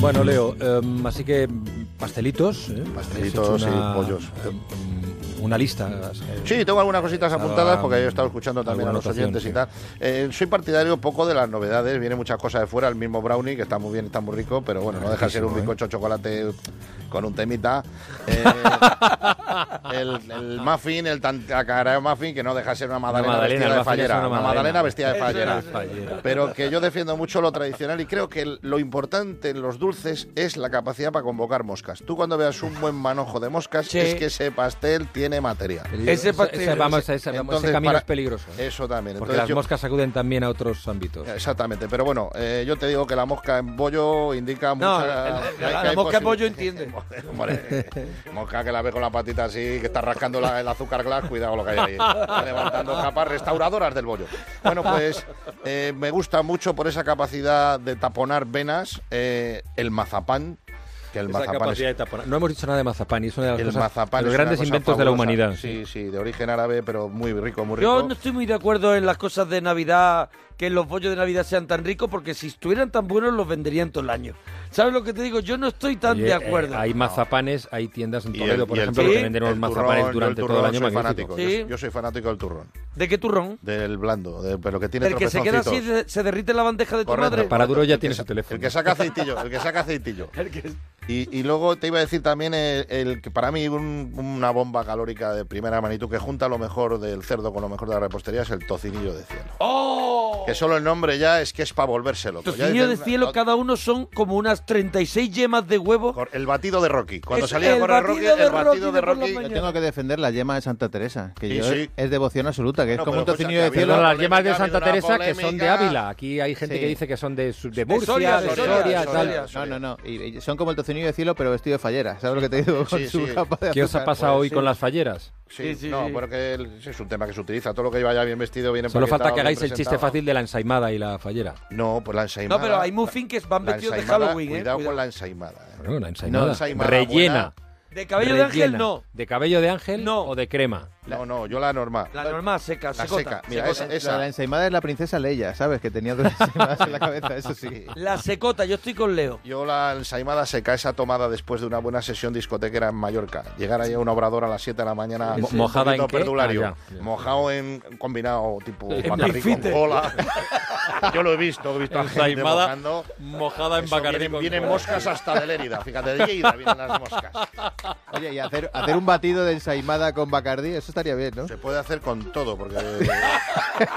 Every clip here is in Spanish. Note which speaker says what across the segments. Speaker 1: Bueno, Leo, em, así que pastelitos. ¿eh?
Speaker 2: Pastelitos
Speaker 1: Has hecho
Speaker 2: y pollos.
Speaker 1: em, una lista. has, eh,
Speaker 2: Sí, tengo algunas cositas
Speaker 1: Estaba-
Speaker 2: apuntadas porque yo he estado escuchando también a
Speaker 1: alguna
Speaker 2: los
Speaker 1: anotación,
Speaker 2: oyentes
Speaker 1: sí.
Speaker 2: y tal. Eh, soy partidario poco de las novedades, viene muchas cosas de fuera, el mismo brownie, que está muy bien, está muy rico, pero bueno, no deja de ser un
Speaker 1: Riquísimo, ¿eh?
Speaker 2: bizcocho de chocolate con un temita. Eh, el, el muffin, el tan- la cara de muffin, que no deja de ser una magdalena,
Speaker 3: magdalena,
Speaker 2: vestida
Speaker 3: el
Speaker 2: de
Speaker 3: muffin es
Speaker 2: fallera.
Speaker 3: una
Speaker 2: Una
Speaker 3: magdalena.
Speaker 2: magdalena vestida de
Speaker 1: Es
Speaker 2: fallera.
Speaker 1: una fallera.
Speaker 2: Pero que yo defiendo mucho lo tradicional y creo que el- lo importante en los dulces es la capacidad para convocar moscas. Tú cuando veas un buen manojo de moscas,
Speaker 4: Sí.
Speaker 2: es que ese pastel tiene materia.
Speaker 1: querido,
Speaker 4: Ese
Speaker 1: esa-
Speaker 4: pastel-
Speaker 1: esa- vamos, ese, ese
Speaker 2: Entonces,
Speaker 1: camino
Speaker 2: para-
Speaker 1: es peligroso. ¿eh?
Speaker 2: Eso también.
Speaker 1: Porque
Speaker 2: Entonces,
Speaker 1: las
Speaker 2: yo-
Speaker 1: moscas acuden también a otros ámbitos.
Speaker 2: Exactamente, pero bueno, eh, yo te digo que la mosca en bollo indica
Speaker 4: No,
Speaker 2: mucha...
Speaker 4: la-
Speaker 2: que
Speaker 4: la-
Speaker 2: hay-
Speaker 4: la
Speaker 2: que hay
Speaker 4: mosca
Speaker 2: posi-
Speaker 4: pollo entiende.
Speaker 2: Hombre, mosca que la ve con la patita así, que está rascando la- el azúcar glass, cuidado lo que hay ahí. Está levantando capas restauradoras del bollo. Bueno, pues eh, me gusta mucho por esa capacidad de taponar venas eh, el mazapán, que el
Speaker 1: Esa
Speaker 2: mazapán es
Speaker 1: capacidad de taponar. No hemos dicho nada de mazapán y es una de las
Speaker 2: el
Speaker 1: cosas-
Speaker 2: mazapán
Speaker 1: de los
Speaker 2: es una
Speaker 1: grandes
Speaker 2: cosa
Speaker 1: inventos de la
Speaker 2: fabulosa.
Speaker 1: humanidad.
Speaker 2: Sí, sí, de origen árabe, pero muy rico, muy rico.
Speaker 4: Yo no estoy muy de acuerdo en las cosas de Navidad, que los bollos de Navidad sean tan ricos, porque si estuvieran tan buenos los venderían todo el año. ¿Sabes lo que te digo? Yo no estoy tan
Speaker 1: Oye,
Speaker 4: de
Speaker 1: eh,
Speaker 4: acuerdo.
Speaker 1: hay mazapanes, hay tiendas en
Speaker 2: Y
Speaker 1: Toledo,
Speaker 2: el-
Speaker 1: por
Speaker 2: y el
Speaker 1: ejemplo,
Speaker 4: turrón,
Speaker 1: que te venden unos
Speaker 2: El
Speaker 1: mazapanes
Speaker 2: turrón,
Speaker 1: durante
Speaker 2: yo el
Speaker 1: todo el
Speaker 2: turrón
Speaker 1: año.
Speaker 2: Soy
Speaker 1: magnífico.
Speaker 2: fanático,
Speaker 4: Sí.
Speaker 2: yo, yo soy fanático del turrón,
Speaker 4: ¿De qué turrón?
Speaker 2: del blando, de- pero que tiene
Speaker 4: ¿El que se queda así
Speaker 2: tropezoncitos.
Speaker 4: se se derrite en la bandeja de tu
Speaker 2: Correcto.
Speaker 4: madre?
Speaker 1: Para duro ya
Speaker 2: El que
Speaker 1: tienes
Speaker 2: sa-
Speaker 1: el teléfono.
Speaker 2: El que saca aceitillo, el que saca aceitillo.
Speaker 4: El que-
Speaker 2: Y, y luego te iba a decir también el, el que para mí un- una bomba calórica de primera magnitud que junta lo mejor del cerdo con lo mejor de la repostería es el tocinillo de cielo.
Speaker 4: ¡Oh!
Speaker 2: Que solo el nombre ya es que es para volverse loco. Ya
Speaker 4: Tocinillo de
Speaker 2: dicen-
Speaker 4: cielo, cada uno son como unas 36 yemas de huevo.
Speaker 2: Cor- El batido de Rocky. Cuando
Speaker 4: Es
Speaker 2: salía a
Speaker 4: el
Speaker 2: correr
Speaker 4: batido
Speaker 2: Rocky,
Speaker 4: de
Speaker 2: el batido
Speaker 4: Rocky
Speaker 2: de
Speaker 4: de por la
Speaker 2: Rocky.
Speaker 4: mañana.
Speaker 5: Yo tengo que defender la yema de Santa Teresa, que
Speaker 2: Sí,
Speaker 5: yo
Speaker 2: sí.
Speaker 5: es devoción absoluta, que
Speaker 2: No,
Speaker 5: es como
Speaker 2: pero
Speaker 5: un tocinillo
Speaker 2: escucha,
Speaker 5: de
Speaker 2: que ha habido
Speaker 5: cielo.
Speaker 2: una
Speaker 1: Perdón, las
Speaker 2: polémica,
Speaker 1: yemas
Speaker 2: ha
Speaker 1: de
Speaker 2: habido
Speaker 1: Santa
Speaker 2: una
Speaker 1: Teresa que son de
Speaker 2: polémica.
Speaker 1: Ávila. Aquí hay gente
Speaker 5: Sí.
Speaker 1: que dice que son de, su- de
Speaker 4: De Soria,
Speaker 1: Murcia, de
Speaker 4: de
Speaker 1: Soria,
Speaker 4: Soria,
Speaker 1: tal.
Speaker 2: Soria.
Speaker 5: No, no, no. Y, y son como el tocinillo de cielo, pero vestido de fallera. ¿Sabes lo que te digo? Con
Speaker 2: Sí,
Speaker 5: su
Speaker 2: sí.
Speaker 5: capa de
Speaker 1: ¿Qué os ha
Speaker 5: azúcar.
Speaker 1: pasado
Speaker 5: Pues,
Speaker 1: hoy con las falleras?
Speaker 2: Sí,
Speaker 4: Sí, sí,
Speaker 2: no,
Speaker 4: sí.
Speaker 2: porque el- es un tema que se utiliza. Todo lo que vaya bien vestido, bien
Speaker 1: Solo falta
Speaker 2: empaquetado,
Speaker 1: que
Speaker 2: bien
Speaker 1: hagáis el chiste
Speaker 2: presentado.
Speaker 1: fácil de la ensaimada y la fallera.
Speaker 2: No, pues la ensaimada.
Speaker 4: No, pero hay muffins que van
Speaker 2: la
Speaker 4: vestidos de
Speaker 2: ensaimada,
Speaker 4: Halloween, ¿eh?
Speaker 2: Cuidado,
Speaker 4: Cuidado.
Speaker 2: con la ensaimada. ¿eh?
Speaker 1: Bueno, la ensaimada.
Speaker 2: No, ensaimada
Speaker 1: Rellena.
Speaker 4: De cabello de ángel,
Speaker 1: Rellena.
Speaker 4: no.
Speaker 1: ¿De cabello de ángel
Speaker 4: No.
Speaker 1: o de crema?
Speaker 2: No, no, yo la normal.
Speaker 4: La normal seca,
Speaker 2: La
Speaker 4: secota,
Speaker 2: seca. Mira,
Speaker 4: secota.
Speaker 2: esa. esa.
Speaker 5: La, la ensaimada es la princesa Leia, ¿sabes? Que tenía dos ensaimadas en la cabeza, eso sí.
Speaker 4: La secota, yo estoy con Leo.
Speaker 2: Yo la ensaimada seca, esa tomada después de una buena sesión discotequera en Mallorca. Llegar ahí a un obrador a las 7 de la mañana.
Speaker 1: Mo-
Speaker 2: un
Speaker 1: ¿mojada
Speaker 2: poquito
Speaker 1: en qué?
Speaker 2: Perdulario.
Speaker 1: Ah, ya.
Speaker 2: Mojado en combinado tipo
Speaker 1: En
Speaker 2: Bacardi con
Speaker 4: bifite.
Speaker 2: cola. Yo lo he visto, he visto a gente
Speaker 1: Ensaimada
Speaker 2: mojando.
Speaker 1: mojada
Speaker 2: Eso, vienen, vienen moscas hasta de Lérida. Fíjate, de Lleida vienen las moscas.
Speaker 5: Oye, y hacer, hacer un batido de ensaimada con Bacardí, eso estaría bien, ¿no?
Speaker 2: Se puede hacer con todo, porque... eh,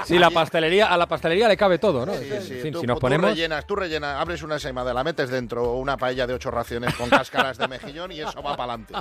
Speaker 1: Sí, la pastelería, a la pastelería le cabe todo, ¿no?
Speaker 2: Sí,
Speaker 1: En
Speaker 2: sí,
Speaker 1: fin,
Speaker 2: tú,
Speaker 1: si nos
Speaker 2: tú
Speaker 1: ponemos...
Speaker 2: rellenas, tú rellenas, abres una ensaimada, la metes dentro una paella de ocho raciones con cáscaras de mejillón y eso va para adelante.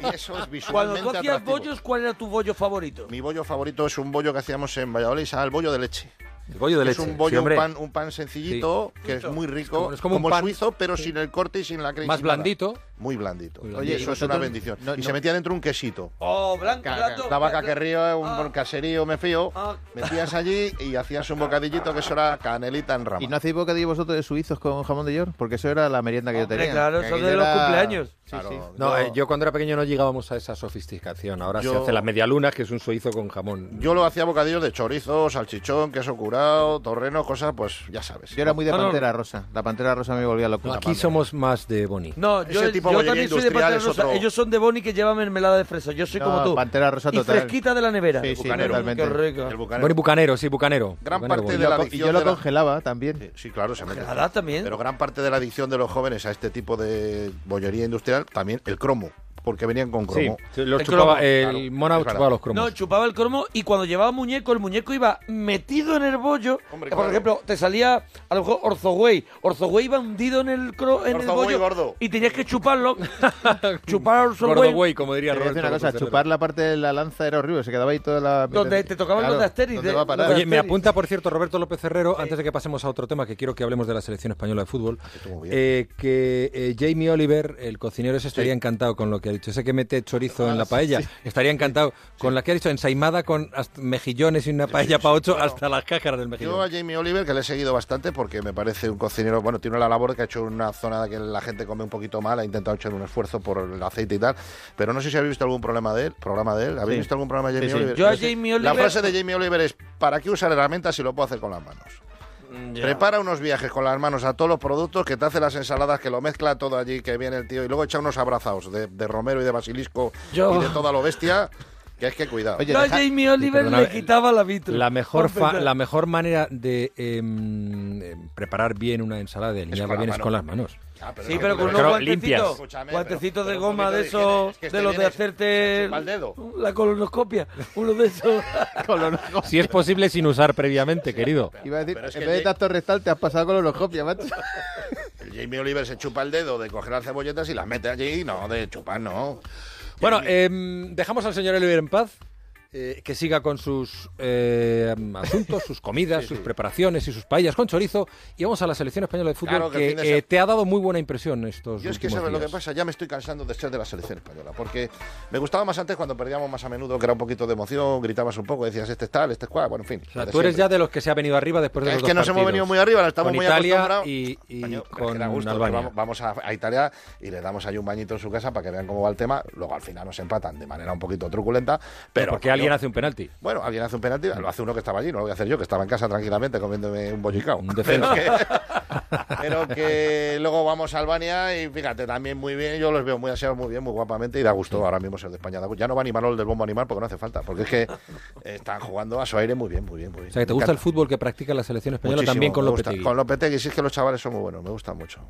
Speaker 2: Y eso es
Speaker 4: Cuando
Speaker 2: visualmente
Speaker 4: tú hacías
Speaker 2: atractivo.
Speaker 4: bollos, ¿cuál era tu bollo favorito?
Speaker 2: Mi bollo favorito es un bollo que hacíamos en Valladolid, se llama el bollo de leche.
Speaker 1: El bollo de
Speaker 2: es
Speaker 1: leche.
Speaker 2: un
Speaker 1: Sí,
Speaker 2: bollo, un,
Speaker 1: hombre.
Speaker 2: pan, un pan sencillito, que es muy rico,
Speaker 1: como- es como un
Speaker 2: el
Speaker 1: pan-
Speaker 2: suizo, pero sin el corte y sin la crema.
Speaker 1: Más blandito.
Speaker 2: Muy blandito.
Speaker 1: Muy
Speaker 2: Oye, eso
Speaker 5: blandito. Oye,
Speaker 2: es una
Speaker 5: vosotros-
Speaker 2: bendición.
Speaker 5: no-
Speaker 2: y
Speaker 5: no-
Speaker 2: se metía dentro un quesito.
Speaker 4: Oh, blanco, blanco.
Speaker 2: La vaca que río, un
Speaker 4: Ah.
Speaker 2: caserío, me fío.
Speaker 4: Ah.
Speaker 2: Metías allí y hacías un bocadillito que eso era canelita en rama.
Speaker 5: ¿Y no hacéis bocadillo vosotros de suizos con jamón de york? Porque eso era la merienda que
Speaker 4: Hombre,
Speaker 5: yo tenía.
Speaker 4: claro,
Speaker 5: Que
Speaker 4: eso de
Speaker 5: aquello
Speaker 4: los
Speaker 5: era-
Speaker 4: cumpleaños.
Speaker 5: Sí,
Speaker 2: Claro,
Speaker 5: sí.
Speaker 1: No, eh, yo cuando era pequeño no llegábamos a esa sofisticación. Ahora se
Speaker 2: Yo-
Speaker 1: hace la medialuna, que es un suizo con jamón.
Speaker 2: Yo lo hacía bocadillos de chorizo, salchichón, queso curado, torreno, cosas, pues ya sabes.
Speaker 5: Yo era muy de
Speaker 4: No, no.
Speaker 5: pantera rosa. La pantera rosa me volvía loco.
Speaker 1: No, aquí somos más de Boni.
Speaker 4: No, yo,
Speaker 2: Ese tipo
Speaker 4: yo
Speaker 2: de bollería
Speaker 4: también soy de
Speaker 2: industrial
Speaker 4: patata
Speaker 2: es
Speaker 4: rosa.
Speaker 2: otro-
Speaker 4: Ellos son de Boni que lleva mermelada de fresa. Yo soy
Speaker 5: No,
Speaker 4: como tú.
Speaker 5: pantera rosa
Speaker 4: y
Speaker 5: total.
Speaker 4: fresquita de la nevera.
Speaker 5: Sí, sí,
Speaker 2: Bucanero.
Speaker 5: totalmente.
Speaker 4: Qué rico.
Speaker 2: El bucanero.
Speaker 1: Boni bucanero, sí, bucanero.
Speaker 2: Gran
Speaker 1: Bucanero,
Speaker 2: parte
Speaker 1: Boni.
Speaker 5: Y
Speaker 2: de la
Speaker 5: yo lo- y
Speaker 2: adicción
Speaker 5: yo lo
Speaker 2: de la-
Speaker 5: congelaba también.
Speaker 2: Sí, claro, se mete.
Speaker 4: Congelada también.
Speaker 2: Pero gran parte de la adicción de los jóvenes a este tipo de bollería industrial, también el cromo, porque venían con
Speaker 1: Sí,
Speaker 2: cromo.
Speaker 1: sí, los
Speaker 4: El
Speaker 1: chupaba-
Speaker 4: cromo,
Speaker 1: el
Speaker 2: claro,
Speaker 1: Mona
Speaker 2: es verdad.
Speaker 1: chupaba los
Speaker 4: No,
Speaker 1: cromos.
Speaker 4: chupaba el cromo y cuando llevaba muñeco, el muñeco iba metido en el bollo. Eh,
Speaker 2: Hombre,
Speaker 4: Por
Speaker 2: claro.
Speaker 4: ejemplo, te salía a lo mejor Orzogüey. Orzogüey iba hundido en el, cro en el
Speaker 2: Orzogüey
Speaker 4: bollo
Speaker 2: gordo.
Speaker 4: y tenías que chuparlo. Chupar
Speaker 1: Gordo
Speaker 4: Orzogüey
Speaker 1: güey, como diría
Speaker 5: Te voy a
Speaker 1: Roberto.
Speaker 5: decir una cosa,
Speaker 2: pues,
Speaker 1: Roberto
Speaker 5: chupar la parte de la lanza era horrible, se quedaba ahí toda la...
Speaker 4: Donde te tocaban los de Asterix,
Speaker 5: ¿dónde
Speaker 4: de-
Speaker 5: va a parar?
Speaker 4: los de
Speaker 1: Oye, me
Speaker 4: Asterix.
Speaker 1: apunta, por cierto, Roberto López Herrero, antes de que pasemos a otro tema, que quiero que hablemos de la selección española de fútbol,
Speaker 2: Ah, estuvo bien.
Speaker 1: eh, que eh, Jamie Oliver, el cocinero ese, estaría encantado con lo que ha dicho. Ese que mete chorizo
Speaker 2: Ah,
Speaker 1: en la paella, estaría encantado con la que ha dicho, ensaimada con hasta mejillones y una paella para ocho, hasta las cajas del
Speaker 2: Yo a
Speaker 1: mejillón.
Speaker 2: Jamie Oliver, que le he seguido bastante porque me parece un cocinero, bueno, tiene una labor que ha hecho en una zona que la gente come un poquito mal, ha intentado echar un esfuerzo por el aceite y tal, pero no sé si habéis visto algún problema de él, programa de él, ¿habéis
Speaker 5: Sí.
Speaker 2: visto algún programa de Jamie
Speaker 5: Sí, sí.
Speaker 2: Oliver?
Speaker 4: Yo a
Speaker 2: No sé.
Speaker 4: Jamie
Speaker 2: La
Speaker 4: Oliver-
Speaker 2: frase de Jamie Oliver es, ¿para qué usar herramientas si lo puedo hacer con las manos? Prepara unos viajes con las manos a todos los productos, que te hace las ensaladas, que lo mezcla todo allí, que viene el tío, y luego echa unos abrazados de, de romero y de basilisco
Speaker 4: Yo-
Speaker 2: y de toda lo bestia, que es que cuidado.
Speaker 5: Oye,
Speaker 4: Yo a
Speaker 5: deja-
Speaker 4: Jamie Oliver
Speaker 1: Perdona,
Speaker 4: le quitaba la vitro.
Speaker 1: La mejor,
Speaker 4: Para
Speaker 1: fa-
Speaker 4: empezar.
Speaker 1: la mejor manera de em, em, preparar bien una ensalada de alinearla
Speaker 2: con la
Speaker 1: bien es
Speaker 2: mano.
Speaker 1: con las manos.
Speaker 2: Ah, pero
Speaker 4: Sí,
Speaker 2: no,
Speaker 4: pero con unos
Speaker 1: claro,
Speaker 4: guantecitos,
Speaker 1: limpias.
Speaker 2: Escúchame,
Speaker 4: guantecitos
Speaker 2: pero- pero
Speaker 4: de goma
Speaker 2: poquito
Speaker 4: de
Speaker 2: de higiene,
Speaker 4: esos,
Speaker 2: es que
Speaker 4: de
Speaker 2: este
Speaker 4: los de
Speaker 2: viene- se
Speaker 4: hacerte
Speaker 2: chupa el dedo.
Speaker 4: la colonoscopia, uno de esos.
Speaker 5: colonoscopia.
Speaker 1: Si es posible sin usar previamente, querido.
Speaker 5: Iba a decir,
Speaker 2: Pero es
Speaker 5: en
Speaker 2: que
Speaker 5: vez de
Speaker 2: Jay-
Speaker 5: tacto rectal te has pasado colonoscopia, macho.
Speaker 2: El Jamie Oliver se chupa el dedo de coger las cebolletas y las mete allí. No, de chupar, no.
Speaker 1: Bueno, em, dejamos al señor Oliver en paz. eh, que siga con sus eh, asuntos, sus comidas, sus preparaciones y sus paellas con chorizo. Y vamos a la selección española de fútbol
Speaker 2: Claro que el
Speaker 1: que,
Speaker 2: fin de
Speaker 1: eh,
Speaker 2: se-
Speaker 1: te ha dado muy buena impresión estos
Speaker 2: Yo es que
Speaker 1: últimos
Speaker 2: sabes lo que
Speaker 1: días.
Speaker 2: pasa, ya me estoy cansando de ser de la selección española, porque me gustaba más antes cuando perdíamos más a menudo, que era un poquito de emoción, gritabas un poco, decías este es tal, este es cual, bueno, en fin.
Speaker 1: O sea, tú eres ya de los que se ha venido arriba después de los
Speaker 2: Es que
Speaker 1: dos
Speaker 2: nos hemos
Speaker 1: partidos.
Speaker 2: venido muy arriba, estamos
Speaker 1: con
Speaker 2: muy
Speaker 1: Italia
Speaker 2: acostumbrados.
Speaker 1: y, y
Speaker 2: Coño, pero es que
Speaker 1: con
Speaker 2: da gusto,
Speaker 1: Albania.
Speaker 2: que vamos, vamos a, a Italia y le damos ahí un bañito en su casa para que vean cómo va el tema, luego al final nos empatan de manera un poquito truculenta, pero...
Speaker 1: Pero porque alguien
Speaker 2: coño,
Speaker 1: hace un penalti.
Speaker 2: Bueno, alguien hace un penalti, lo hace uno que estaba allí, no lo voy a hacer yo, que estaba en casa tranquilamente comiéndome un bollicao.
Speaker 1: Un defensa.
Speaker 2: Pero que, pero que luego vamos a Albania y fíjate, también muy bien, yo los veo muy aseados, muy bien, muy guapamente y da gusto ahora mismo ser de España. da gusto. Ya no va ni Manol del Bombo Animal porque no hace falta, porque es que están jugando a su aire muy bien, muy bien, muy bien.
Speaker 1: O sea, que te
Speaker 2: Me
Speaker 1: gusta el
Speaker 2: encanta.
Speaker 1: fútbol que practica la selección española
Speaker 2: Muchísimo,
Speaker 1: también con
Speaker 2: me gusta.
Speaker 1: Lopetegui.
Speaker 2: Con Lopetegui, sí es que los chavales son muy buenos, me gusta mucho.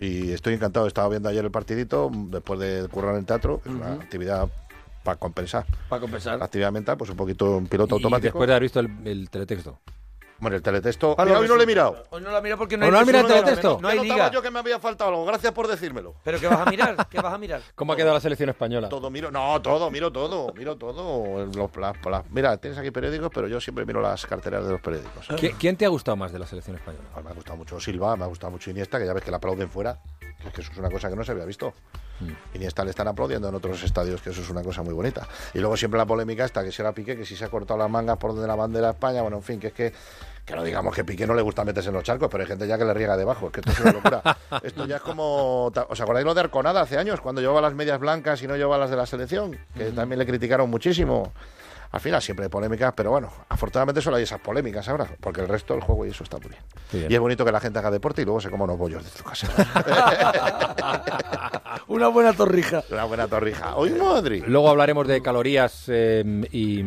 Speaker 2: Y estoy encantado, he estado viendo ayer el partidito, mm, después de currar en el teatro, es una actividad para compensar.
Speaker 4: compensar.
Speaker 2: La actividad mental, pues un poquito un piloto
Speaker 1: Y
Speaker 2: automático.
Speaker 1: después de haber visto el, el teletexto.
Speaker 2: Bueno, el teletexto.
Speaker 4: Ah, lo
Speaker 2: Mira, hoy no
Speaker 4: resulta.
Speaker 2: le he mirado.
Speaker 4: Hoy no la miro porque no
Speaker 1: Hoy
Speaker 4: hay
Speaker 1: Pues no la mira el
Speaker 4: no hay-
Speaker 1: teletexto.
Speaker 4: No hay
Speaker 2: Ya notaba
Speaker 4: liga.
Speaker 2: yo que me había faltado algo. Gracias por decírmelo.
Speaker 4: Pero ¿qué vas a mirar? ¿Qué vas a mirar?
Speaker 1: ¿Cómo ha quedado la selección española?
Speaker 2: Todo miro, no, todo, miro todo, miro todo. El- los- las- las- mira, tienes aquí periódicos, pero yo siempre miro las carteras de los periódicos.
Speaker 1: ¿Qui- ¿Quién te ha gustado más de la selección española?
Speaker 2: Ah, Me ha gustado mucho Silva, me ha gustado mucho Iniesta, que ya ves que la aplauden fuera, que, es que eso es una cosa que no se había visto. Iniesta le están aplaudiendo en otros estadios, que eso es una cosa muy bonita. Y luego siempre la polémica está que si era Piqué, que si se ha cortado las mangas por donde la bandera de España, bueno, en fin, que es que, que no digamos que Piqué no le gusta meterse en los charcos, pero hay gente ya que le riega debajo, es que esto es una locura. esto ya es como, ta- ¿os acordáis lo de Arconada hace años, cuando llevaba las medias blancas y no llevaba las de la selección? Que también le criticaron muchísimo. Al final siempre hay polémicas, pero bueno, afortunadamente solo hay esas polémicas ahora, porque el resto del juego y eso está muy bien.
Speaker 1: Muy bien.
Speaker 2: Y es bonito que la gente haga deporte y luego se coma unos bollos de su casa.
Speaker 4: Una buena torrija.
Speaker 2: Una buena torrija. Hoy Madrid.
Speaker 1: Luego hablaremos de calorías eh, y,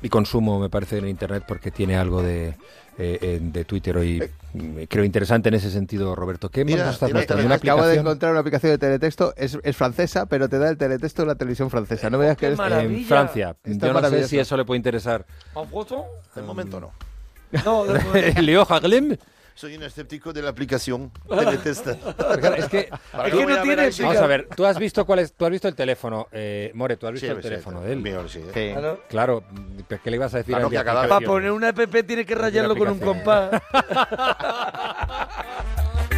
Speaker 1: y consumo, me parece, en Internet, porque tiene algo de, eh, eh, de Twitter hoy, mm, creo, interesante en ese sentido, Roberto. ¿Qué
Speaker 2: Mira,
Speaker 1: más estás
Speaker 2: mira,
Speaker 1: mostrando? ¿Una
Speaker 2: mira,
Speaker 5: Acabo de
Speaker 1: aplicación?
Speaker 5: encontrar una aplicación de teletexto, es, es francesa, pero te da el teletexto de la televisión francesa. No me digas
Speaker 4: qué
Speaker 5: que eres...
Speaker 4: maravilla.
Speaker 1: En Francia.
Speaker 5: Está
Speaker 1: Yo no sé
Speaker 5: maravilloso.
Speaker 1: si eso le puede interesar.
Speaker 4: ¿En foto?
Speaker 2: De momento no.
Speaker 4: No, de momento.
Speaker 1: Leo Haglim.
Speaker 2: Soy un escéptico de la aplicación Teletesta.
Speaker 1: Es que
Speaker 2: Para
Speaker 4: Es que
Speaker 2: voy
Speaker 4: no
Speaker 2: a
Speaker 4: tiene
Speaker 2: ahí-
Speaker 4: explicación.
Speaker 1: Vamos a ver, tú has visto cuál es, tú has visto el teléfono, eh, More, tú has
Speaker 2: Sí,
Speaker 1: visto el
Speaker 2: sí,
Speaker 1: teléfono
Speaker 2: sí,
Speaker 1: de él.
Speaker 2: mío, sí. eh.
Speaker 5: Sí.
Speaker 4: Claro.
Speaker 1: Claro, ¿pero ¿qué le ibas a decir
Speaker 2: La
Speaker 1: al
Speaker 2: Nokia
Speaker 1: día?
Speaker 2: cadáver.
Speaker 4: Para poner una E app tienes que rayarlo con un
Speaker 1: aplicación.
Speaker 4: compás.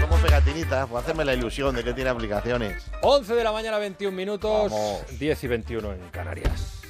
Speaker 2: Somos pegatinitas, pues hacerme la ilusión de que tiene aplicaciones.
Speaker 1: 11 de la mañana, 21 minutos,
Speaker 2: Vamos.
Speaker 1: 10 y 21 en Canarias.